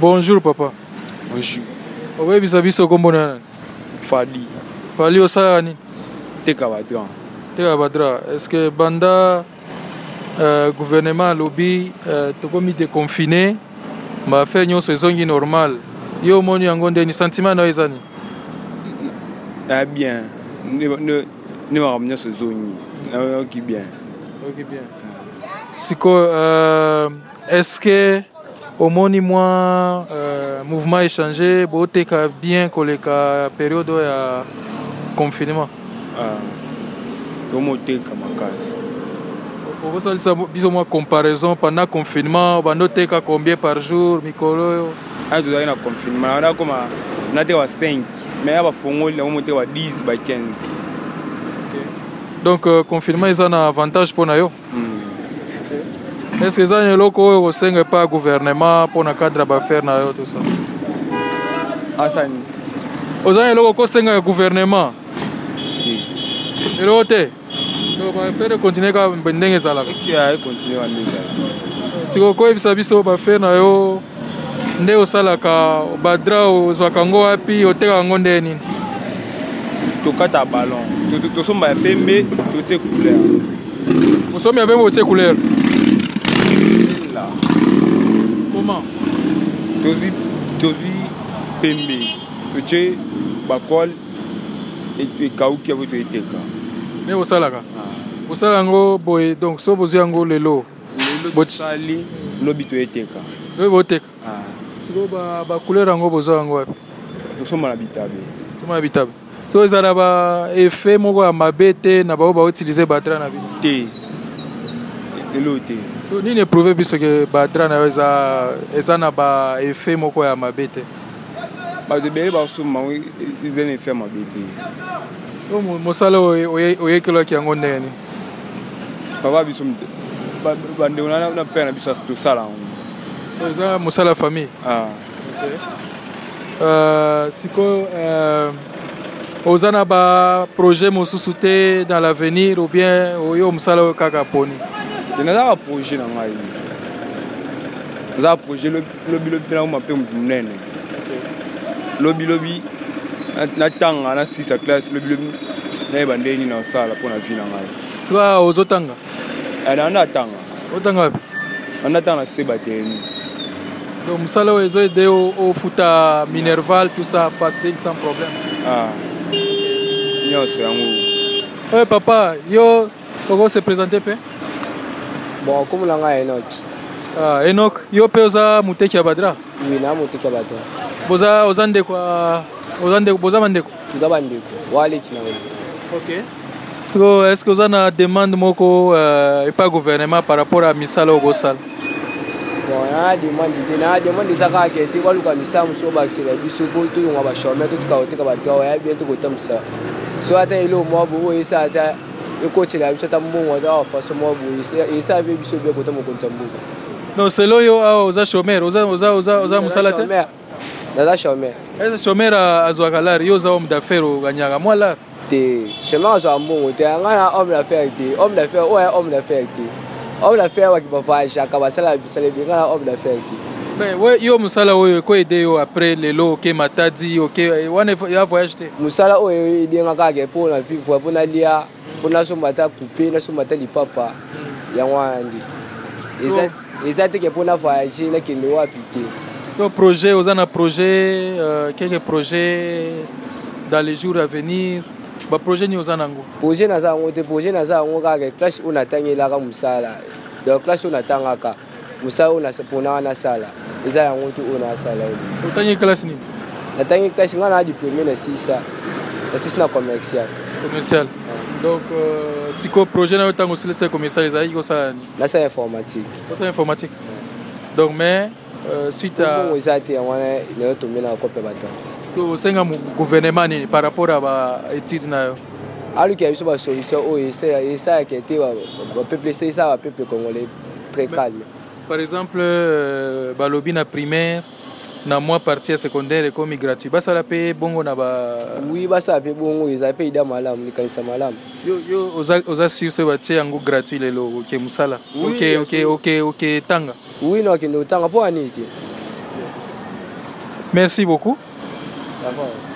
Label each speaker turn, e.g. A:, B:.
A: bonjour papa
B: bonjour
A: oyebisa biso kombo na nani
B: fadi
A: fali osala nini
B: teka badran
A: teka badra estce banda euh, gouvernement alobi euh, tokomi déconfine baaffaire nyonso ezongi normal yo omoni yango ndeni sentiment na yo eza nini
B: ya bien ne- ne ne makambo nyonso ezongi nayoki bien
A: oyoki bien sikoyo euh, estce omoni mwa euh, mouvement échange booteka bien koleka période oyo ya confinement
B: Ah, tomoteka makasi
A: okosalisa biso mwa comparaison pendant confinement obanda oteka combien par jour mikolo oyo
B: ana tozalaki na confinement na nakoma nateka ba 5 me ya bafongoli nango moteka ba 10 ba 15
A: donc euh, confinement eza na avantage mpo na yo
B: Mm.
A: est ce eza na eloko oyo kosenga epai ya gouvernement mpo na cadre ya baffaire na yo tosa
B: asani
A: oza na eloko kosenga ya gouvernement eloko te donc baffaire ekontinue kaka mbe- ndenge ezalaka
B: ekontinue bandezala
A: sikoyo koyebisa biso baffaire na yo nde osalaka badra ozwaka yango wapi otekaka yango nde nini
B: tokata ballon To- to- tosomba ya pembe totie couleur
A: osomi ya pembe otie couleur
B: Ela.
A: comment
B: tozwi tozwi pembe totie bakole ekauki yabo toyeteka
A: nde osalaka osala yango boye donc so bozwi yango lelo
B: lelo
A: Boti-
B: tosali lobi toyeteka Ah,
A: oyo boteka sikoyo ba- bacouleur yango bozwa yango wapi
B: tosomba na bitabe
A: toma ya bitabe to eza na baeffet moko ya mabe te na baoyo bautilize badra na bino
B: te lelo te
A: to nini éprouve biso ke badra na yo eza, eza na baeffet moko ya mabe te
B: bato ebele basomba yango eza na efe mabe te
A: to mo- mosala oyo oye- oyekelwaki yango ndenge nini
B: papa biso mte- ba- bandeko na- na pere na biso asi tosala yango
A: To eza mosala ya famille
B: Ah.
A: Euh, sikoyo euh, oza na baprojet mosusu te dans l'avenir ou bien oyo mosala oyo kaka poni
B: te naza baproje na ngai naza baproje lobilobi mpe nakoma mpe motu monene lobilobi natanga na sisa classe lobilobi nayeba ndeni naosala mpo na vi na ngai
A: sikoyo ozotanga
B: Eh, na- natanga
A: otanga wapi
B: Na- natanga na se batemi
A: donc mosala oyo ezoede o- ofuta minerval tout ça facile sans problème
B: Ah. nyonso yango
A: oyo Eh, papa yo okose présente mpe
C: bon komi na ngai enoch
A: ah, enok yo mpe oza moteki ya badra
C: wi na motiki ya bato
A: boza, oza ndeko ya- oza ndeko- boza bandeko
C: toza bandeko waaleki na ngai
A: ok so est ce que oza na demande moko euh, epai ya gouvernement par rapport ya misala oyo bosala
C: bon naa demande te naa demande eza kaka ke te kwaluka misala mosu obakisela biso po toyonga basharme totika koteka bato awa ya bien tokotambisa so ata elo mwa boye esa ata ekotela biso ata mbongo ata afaso mwa boye esa pe biso bia kota mokonza mboka
A: non selo yo awa oza chômeur oza, oza, oza, oza mosala te
C: naza charmer
A: Eza chômeur a- azwaka lare yo oza homme d'affaire oganyaka mwa lare
C: te chemin azwaka mbongo te anga na homme d'affaire te homme d'affaire oyo ya homme d'affaire te homme d'affaire wakibavangeaka basala bisala ebie nga na homme d'affaire te
A: Ben, we- yo mosala oyo ekoyede yo après lelo oke matadi oke wana efo- ya voyage te
C: mosala oyo elenga kaka mpo na vivre mpo nalia mpo nasomba ata coupe nasomba ata lipapa yango wana nde Eza- eza teke mpo na voyage nakende wapi te
A: to projet oza na projet euh, quelque projet dans les jours à venir baprojet nini oza nango
C: projet naza yango te projet naza yango kaka classe oyo natangelaka mosala donc classe oyo natangaka mosala oyo nas- mpona nga nasala eza yango te oyo nasala oyo
A: otangi classe nini
C: natangi classe nga naa diplome na sisa na sisa na commercial
A: commercial donc euh, siko projet na yo ntango osilisi commercial ezalaki kosala nini
C: nasala informatique
A: kosala informatique donc mais euh, suite à
C: mbongo eza te yango wana nayotombe na kope batango
A: so osenga mo- gouvernement nini par rapport à baétude na yo
C: aluki ya biso basolution oyo esa- esalaka ete ba- ba- bapeple ese esa bapeple congolais très calme
A: par exemple euh, balobi na primaire na mwa partie ya secondaire ekomi gratuit basala mpe bongo na ba
C: wi basala mpe bongo eza mpe ida malamu likanisa malamu
A: yo, yo oza, oza sur so batie yango gratuit lelo oke mosala
C: Oui,
A: oke
C: bien
A: oke oke oke tanga
C: wi na okende kotanga mpo ani ete
A: Merci beaucoup.
C: ça va